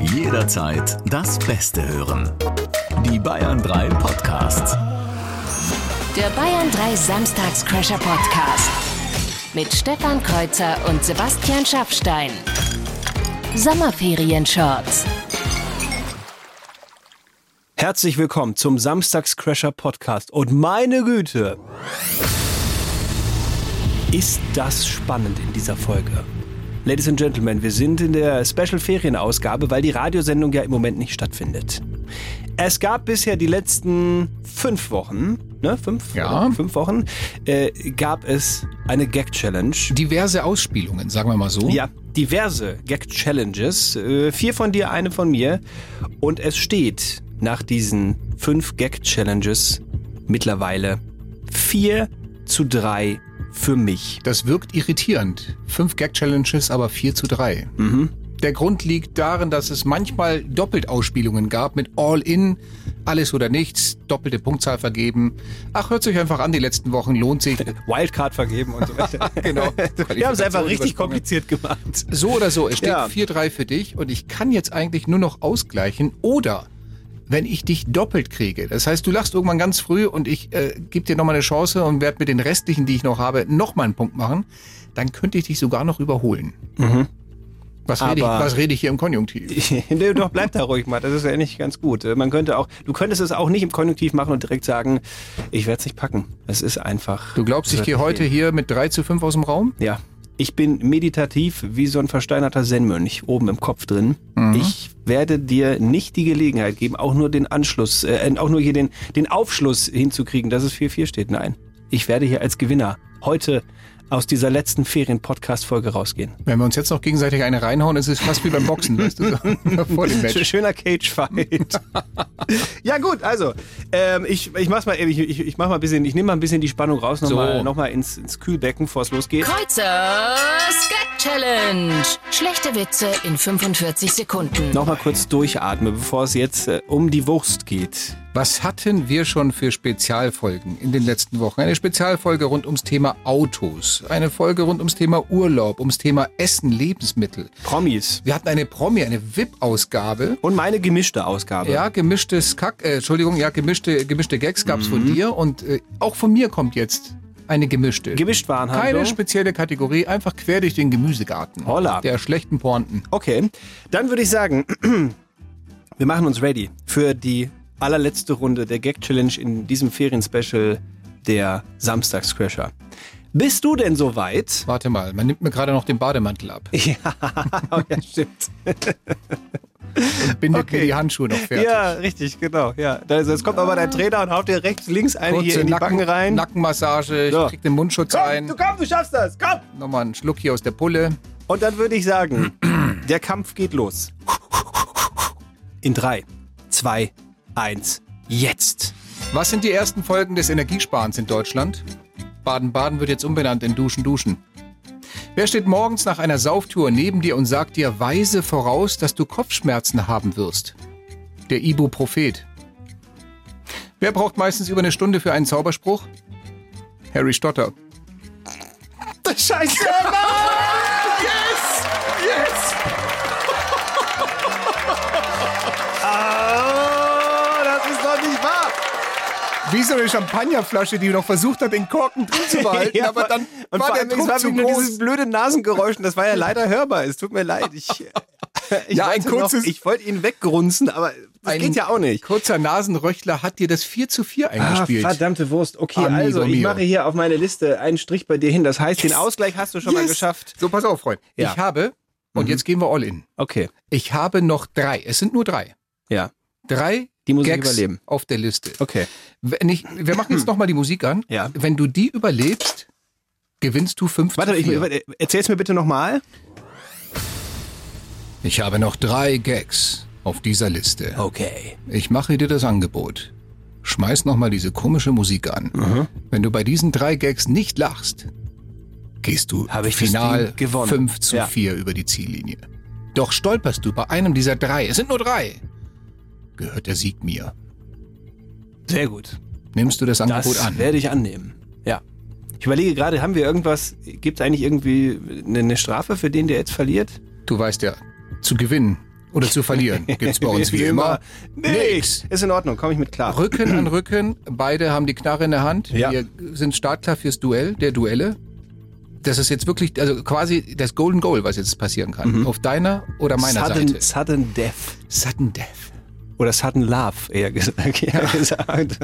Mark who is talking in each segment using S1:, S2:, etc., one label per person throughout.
S1: Jederzeit das Beste hören. Die Bayern 3 Podcasts.
S2: Der Bayern 3 Samstagscrasher Podcast. Mit Stefan Kreuzer und Sebastian Schaffstein. Sommerferien-Shorts.
S3: Herzlich willkommen zum Samstagscrasher Podcast. Und meine Güte, ist das spannend in dieser Folge. Ladies and Gentlemen, wir sind in der Special Ferienausgabe, weil die Radiosendung ja im Moment nicht stattfindet. Es gab bisher die letzten fünf Wochen, ne, fünf,
S4: Ja.
S3: oder? fünf Wochen, äh, gab es eine Gag-Challenge.
S4: Diverse Ausspielungen, sagen wir mal so.
S3: Ja, diverse Gag-Challenges. Äh, vier von dir, eine von mir. Und es steht nach diesen fünf Gag-Challenges mittlerweile 4 zu 3 für mich.
S4: Das wirkt irritierend. Fünf Gag-Challenges, aber 4 zu 3.
S3: Mhm.
S4: Der Grund liegt darin, dass es manchmal Doppeltausspielungen gab mit All-In, alles oder nichts, doppelte Punktzahl vergeben. Ach, hört sich einfach an, die letzten Wochen lohnt sich.
S3: Wildcard vergeben und so weiter.
S4: genau.
S3: Wir haben es einfach richtig
S4: Übersprungen.
S3: kompliziert gemacht.
S4: So oder so, es steht
S3: Ja.
S4: 4-3 für dich und ich kann jetzt eigentlich nur noch ausgleichen oder wenn ich dich doppelt kriege. Das heißt, du lachst irgendwann ganz früh und ich äh, gebe dir nochmal eine Chance und werde mit den restlichen, die ich noch habe, nochmal einen Punkt machen. Dann könnte ich dich sogar noch überholen. Was rede ich,
S3: Mhm. Aber-
S4: was rede ich hier im Konjunktiv?
S3: Nee, Doch, bleib da ruhig mal. Das ist ja eigentlich ganz gut. Äh, Man könnte auch, du könntest es auch nicht im Konjunktiv machen und direkt sagen, ich werde es nicht packen. Es ist einfach.
S4: Du glaubst, ich gehe heute hier mit 3 zu 5 aus dem Raum?
S3: Ja. Ich bin meditativ wie so ein versteinerter Zen-Mönch oben im Kopf drin. Ich werde dir nicht die Gelegenheit geben, auch nur den Anschluss, äh, auch nur hier den, den Aufschluss hinzukriegen, dass es 4-4 steht. Nein. Ich werde hier als Gewinner heute aus dieser letzten Ferien-Podcast-Folge rausgehen.
S4: Wenn wir uns jetzt noch gegenseitig eine reinhauen, ist es fast wie beim Boxen, weißt du, so, vor dem Match.
S3: Schöner Cage-Fight. ja, gut, also, ähm, ich, ich mach's mal, ich, ich, ich mach mal ein bisschen, ich nehme mal ein bisschen die Spannung raus, nochmal
S4: So.
S3: noch mal ins, ins Kühlbecken, bevor es losgeht.
S2: Kreuzers Gag Challenge. Schlechte Witze in 45 Sekunden.
S3: Nochmal kurz durchatmen, bevor es jetzt äh, um die Wurst geht.
S4: Was hatten wir schon für Spezialfolgen in den letzten Wochen? Eine Spezialfolge rund ums Thema Autos, eine Folge rund ums Thema Urlaub, ums Thema Essen, Lebensmittel.
S3: Promis.
S4: Wir hatten eine Promi, eine VIP-Ausgabe.
S3: Und meine gemischte Ausgabe.
S4: Ja, gemischtes Kack, äh, Entschuldigung, ja, gemischte, gemischte Gags gab's
S3: Mhm.
S4: von dir und äh, auch von mir kommt jetzt eine gemischte.
S3: Gemischt halt Warenhandlung.
S4: Keine spezielle Kategorie, einfach quer durch den Gemüsegarten.
S3: Holla.
S4: Der schlechten Pointen.
S3: okay, dann würde ich sagen, wir machen uns ready für die allerletzte Runde der Gag-Challenge in diesem Ferien-Special der Samstagscrasher. Bist du denn soweit?
S4: Warte mal, man nimmt mir gerade noch den Bademantel ab. Ich
S3: Oh, ja, stimmt.
S4: bindet mir die Handschuhe noch fertig.
S3: Ja, richtig, genau. Ja. Da- Jetzt kommt aber der Trainer und haut dir rechts, links eine Äh, hier in die
S4: Nacken-
S3: Backen rein.
S4: Nackenmassage, ich
S3: So.
S4: krieg den Mundschutz ein.
S3: komm, du schaffst das, komm!
S4: Nochmal einen Schluck hier aus der Pulle.
S3: Und dann würde ich sagen, der Kampf geht los. In drei, zwei, eins, jetzt.
S4: Was sind die ersten Folgen des Energiesparens in Deutschland? Baden-Baden wird jetzt umbenannt in Duschen-Duschen. Wer steht morgens nach einer Sauftour neben dir und sagt dir weise voraus, dass du Kopfschmerzen haben wirst? Der Ibu-Prophet. Wer braucht meistens über eine Stunde für einen Zauberspruch? Harry Stotter.
S3: Scheiße,
S4: Yes! Oh,
S3: das ist doch nicht wahr.
S4: Wie so eine Champagnerflasche, die noch versucht hat, den Korken drin zu behalten, aber dann
S3: und
S4: war
S3: vor
S4: der
S3: allem, es
S4: Druck
S3: war
S4: zu
S3: nur
S4: groß.
S3: dieses blöde Nasengeräusch, und das war ja leider hörbar. Es tut mir leid. Ich, ich
S4: Ja, ein
S3: wollte noch,
S4: kurzes-
S3: ich wollte ihn weggrunzen, aber das
S4: Ein
S3: geht ja auch nicht.
S4: Kurzer Nasenröchler hat dir das 4 zu 4 eingespielt.
S3: Ah, verdammte Wurst. Okay,
S4: Amigo
S3: also ich
S4: mio.
S3: mache hier auf meine Liste einen Strich bei dir hin. Das heißt, den Ausgleich hast du schon mal
S4: Yes.
S3: geschafft.
S4: So, pass auf, Freund. Mhm.
S3: Ja.
S4: Ich habe, und jetzt gehen wir all in.
S3: Okay,
S4: Ich habe noch drei. Es sind nur drei.
S3: ja.
S4: Drei
S3: Die muss ich
S4: Gags
S3: überleben.
S4: auf der Liste.
S3: Okay.
S4: Wenn ich, wir machen jetzt nochmal die Musik an.
S3: Ja.
S4: Wenn du die überlebst, gewinnst du 5
S3: Warte,
S4: zu
S3: ich,
S4: 4.
S3: warte, erzähl's mir bitte nochmal.
S4: ich habe noch drei Gags auf dieser Liste.
S3: Okay.
S4: Ich mache dir das Angebot. Schmeiß nochmal diese komische Musik an. Wenn du bei diesen drei Gags nicht lachst, gehst du
S3: Habe ich das
S4: final
S3: Ding gewonnen.
S4: 5 zu
S3: Ja.
S4: 4 über die Ziellinie. Doch stolperst du bei einem dieser drei, es sind nur drei, gehört der Sieg mir.
S3: Sehr gut.
S4: Nimmst du das Angebot
S3: Das
S4: an?
S3: werde ich annehmen. Ja. Ich überlege gerade, haben wir irgendwas, gibt es eigentlich irgendwie eine, eine Strafe für den, der jetzt verliert?
S4: Du weißt ja, zu gewinnen Oder zu verlieren. Gibt's bei uns wie, immer.
S3: Nix. Ist in Ordnung, komme ich mit klar.
S4: Rücken an Rücken, beide haben die Knarre in der Hand.
S3: Ja.
S4: Wir sind startklar fürs Duell, der Duelle. Das ist jetzt wirklich, also quasi das Golden Goal, was jetzt passieren kann. Auf deiner oder meiner
S3: Mhm. sudden,
S4: Seite.
S3: sudden Death.
S4: Sudden Death.
S3: Oder Sudden Love, eher gesagt. Eher gesagt.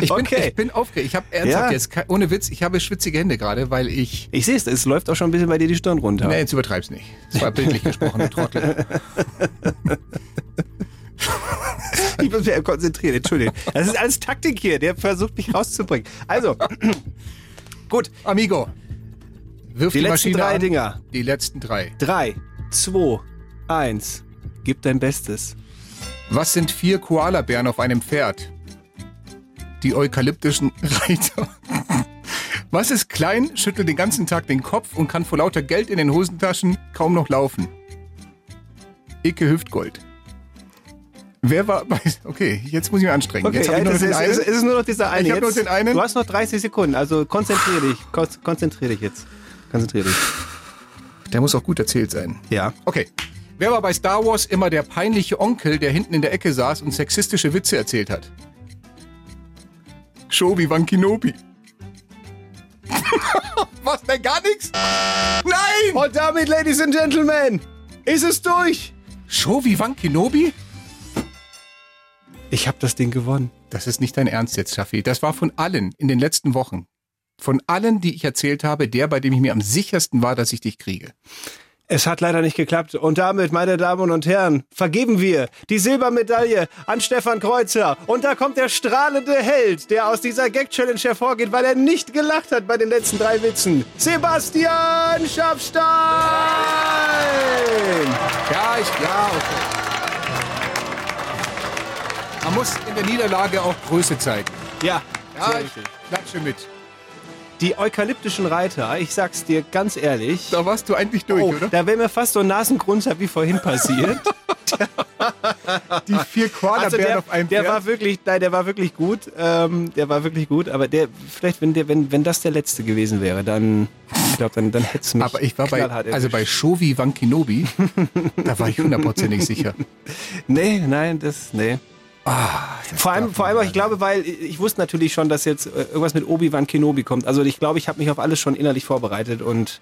S4: Ich bin,
S3: Okay.
S4: ich bin aufgeregt. Ich habe ernsthaft
S3: Ja.
S4: jetzt, ke- ohne Witz, ich habe schwitzige Hände gerade, weil ich,
S3: Ich sehe es, es läuft auch schon ein bisschen bei dir die Stirn runter.
S4: nee, jetzt übertreib's nicht. Das war bildlich gesprochen, du Trottel.
S3: Ich muss mich ja konzentrieren, Entschuldigung. Das ist alles Taktik hier, der versucht mich rauszubringen. Also, gut,
S4: Amigo, wirf die,
S3: die, letzten
S4: Maschine
S3: drei
S4: an.
S3: Dinger.
S4: Die letzten drei.
S3: Drei, zwei, eins. Gib dein Bestes.
S4: Was sind vier Koalabären auf einem Pferd? Die eukalyptischen Reiter. Was ist klein, schüttelt den ganzen Tag den Kopf und kann vor lauter Geld in den Hosentaschen kaum noch laufen? Icke Hüftgold. Wer war bei... Okay, jetzt muss ich mich anstrengen. jetzt hab ich
S3: ja,
S4: nur
S3: das
S4: den
S3: ist,
S4: einen.
S3: ist, ist nur noch dieser eine.
S4: Ich hab
S3: Jetzt-
S4: nur den einen.
S3: Du hast noch 30 Sekunden, also konzentrier dich. Kon- Konzentrier dich jetzt. Konzentrier dich.
S4: Der muss auch gut erzählt sein.
S3: Ja.
S4: Okay. Wer war bei Star Wars immer der peinliche Onkel, der hinten in der Ecke saß und sexistische Witze erzählt hat? Shobi Wan Kenobi. Was? Nein, gar nichts? Nein!
S3: Und damit, Ladies and Gentlemen, ist es durch.
S4: Shobi Wan Kenobi?
S3: Ich habe das Ding gewonnen.
S4: Das ist nicht dein Ernst jetzt, Schaffi. Das war von allen in den letzten Wochen. Von allen, die ich erzählt habe, der, bei dem ich mir am sichersten war, dass ich dich kriege.
S3: Es hat leider nicht geklappt. Und damit, meine Damen und Herren, vergeben wir die Silbermedaille an Stefan Kreuzer. Und da kommt der strahlende Held, der aus dieser Gag-Challenge hervorgeht, weil er nicht gelacht hat bei den letzten drei Witzen. Sebastian Schaffstein!
S4: Ja, ich, ja, okay. Man muss in der Niederlage auch Größe zeigen.
S3: Ja,
S4: Ja,
S3: sehr
S4: ich
S3: richtig.
S4: klatsche mit.
S3: Die eukalyptischen Reiter, ich sag's dir ganz ehrlich.
S4: Da warst du eigentlich durch,
S3: Oh,
S4: oder?
S3: da wäre mir fast so ein Nasengrunzer wie vorhin passiert.
S4: Die vier
S3: Also
S4: Koalabären
S3: der,
S4: auf einem
S3: der
S4: Pferd.
S3: war wirklich, nein, der war wirklich gut. Ähm, der war wirklich gut, aber der, vielleicht, wenn, der, wenn, wenn das der letzte gewesen wäre, dann, ich glaube, dann, dann hätte es mich
S4: aber ich war bei,
S3: knallhart
S4: also bei Shovi Wankinobi, da war ich hundertprozentig sicher.
S3: Nee, nein, das, nee.
S4: Ah,
S3: vor allem, vor allem, ich glaube, weil ich wusste natürlich schon, dass jetzt äh, irgendwas mit Obi-Wan Kenobi kommt. Also ich glaube, ich habe mich auf alles schon innerlich vorbereitet und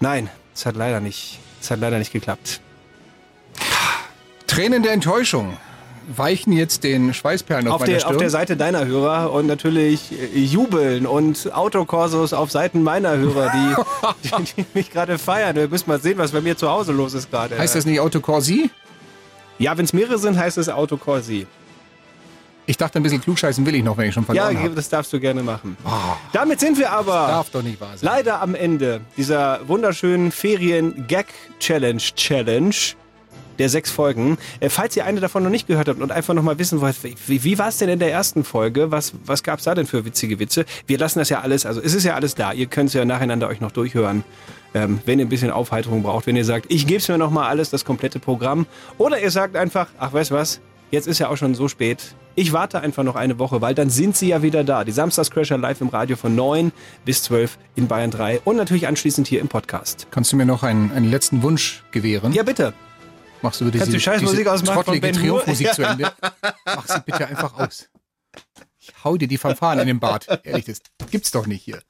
S3: nein, es hat leider nicht, es hat leider nicht geklappt.
S4: Tränen der Enttäuschung weichen jetzt den Schweißperlen auf,
S3: Auf
S4: meiner
S3: der, auf
S4: Stirn.
S3: der Seite deiner Hörer und natürlich äh, jubeln und Autokorsos auf Seiten meiner Hörer, die, die, die mich gerade feiern. Wir müssen mal sehen, was bei mir zu Hause los ist gerade.
S4: heißt das nicht Autokorsi?
S3: Ja, wenn es mehrere sind, heißt es Autokorsi.
S4: Ich dachte, ein bisschen klugscheißen will ich noch, wenn ich schon
S3: Ja,
S4: verloren habe.
S3: das darfst du gerne machen. Damit sind wir aber.
S4: Darf doch nicht wahr sein.
S3: Leider am Ende dieser wunderschönen Ferien-Gag-Challenge-Challenge der sechs Folgen. Äh, falls ihr eine davon noch nicht gehört habt und einfach nochmal wissen wollt, wie, wie war es denn in der ersten Folge? Was, was gab es da denn für witzige Witze? Wir lassen das ja alles, also es ist ja alles da. Ihr könnt es ja nacheinander euch noch durchhören. Ähm, wenn ihr ein bisschen Aufheiterung braucht, wenn ihr sagt, ich geb's mir nochmal alles, das komplette Programm. Oder ihr sagt einfach, ach weißt du was, jetzt ist ja auch schon so spät. Ich warte einfach noch eine Woche, weil dann sind sie ja wieder da. Die Samstagscrasher live im Radio von 9 bis 12 in Bayern 3 und natürlich anschließend hier im Podcast.
S4: Kannst du mir noch einen, einen letzten Wunsch gewähren?
S3: Ja, bitte.
S4: Machst du bitte
S3: Kannst du
S4: diese,
S3: die Scheißmusik
S4: diese
S3: ausmachen von
S4: trottelige
S3: Ben Hur?
S4: Triumphmusik zu Ende? Mach sie bitte einfach aus. Ich hau dir die Fanfaren in den Bart. Ehrlich, das gibt's doch nicht hier.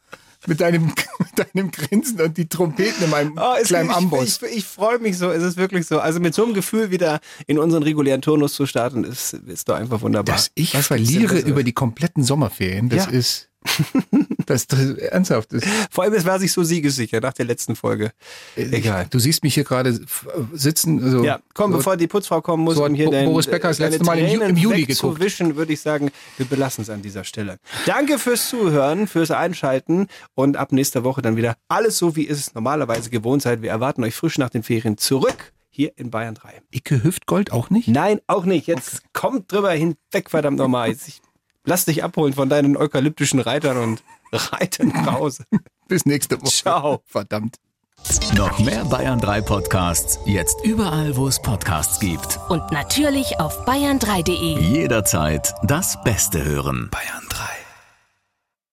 S4: Mit deinem, mit deinem Grinsen und die Trompeten in meinem kleinen Amboss.
S3: Ah, Ich, ich, ich freue mich so, es ist wirklich so. Also mit so einem Gefühl wieder in unseren regulären Turnus zu starten, ist, ist doch einfach wunderbar.
S4: Dass ich
S3: Was gibt's denn
S4: verliere
S3: Besseres?
S4: über die kompletten Sommerferien, das
S3: Ja.
S4: ist... Das, das ernsthaft das-
S3: Vor allem, es war sich so siegessicher nach der letzten Folge.
S4: Äh,
S3: Egal.
S4: Du siehst mich hier gerade f- sitzen. So,
S3: Ja, komm,
S4: so,
S3: bevor die Putzfrau kommen muss,
S4: so hat
S3: um hier
S4: Bo-
S3: dein,
S4: Boris Becker das
S3: deine
S4: letzte Mal im Ju-
S3: Tränen
S4: im Juli
S3: wegzuwischen, würde ich sagen, wir belassen es an dieser Stelle. Danke fürs Zuhören, fürs Einschalten und ab nächster Woche dann wieder alles so, wie ihr es normalerweise gewohnt seid. Wir erwarten euch frisch nach den Ferien zurück hier in Bayern 3.
S4: Icke Hüftgold auch nicht?
S3: Nein, auch nicht. Jetzt kommt drüber hinweg, verdammt nochmal. Jetzt Ich lass dich abholen von deinen eukalyptischen Reitern und reiten raus.
S4: Bis nächste Woche.
S3: Ciao.
S4: Verdammt.
S1: Noch mehr Bayern 3 Podcasts jetzt überall, wo es Podcasts gibt.
S2: Und natürlich auf bayern3.de.
S1: Jederzeit das Beste hören. Bayern 3.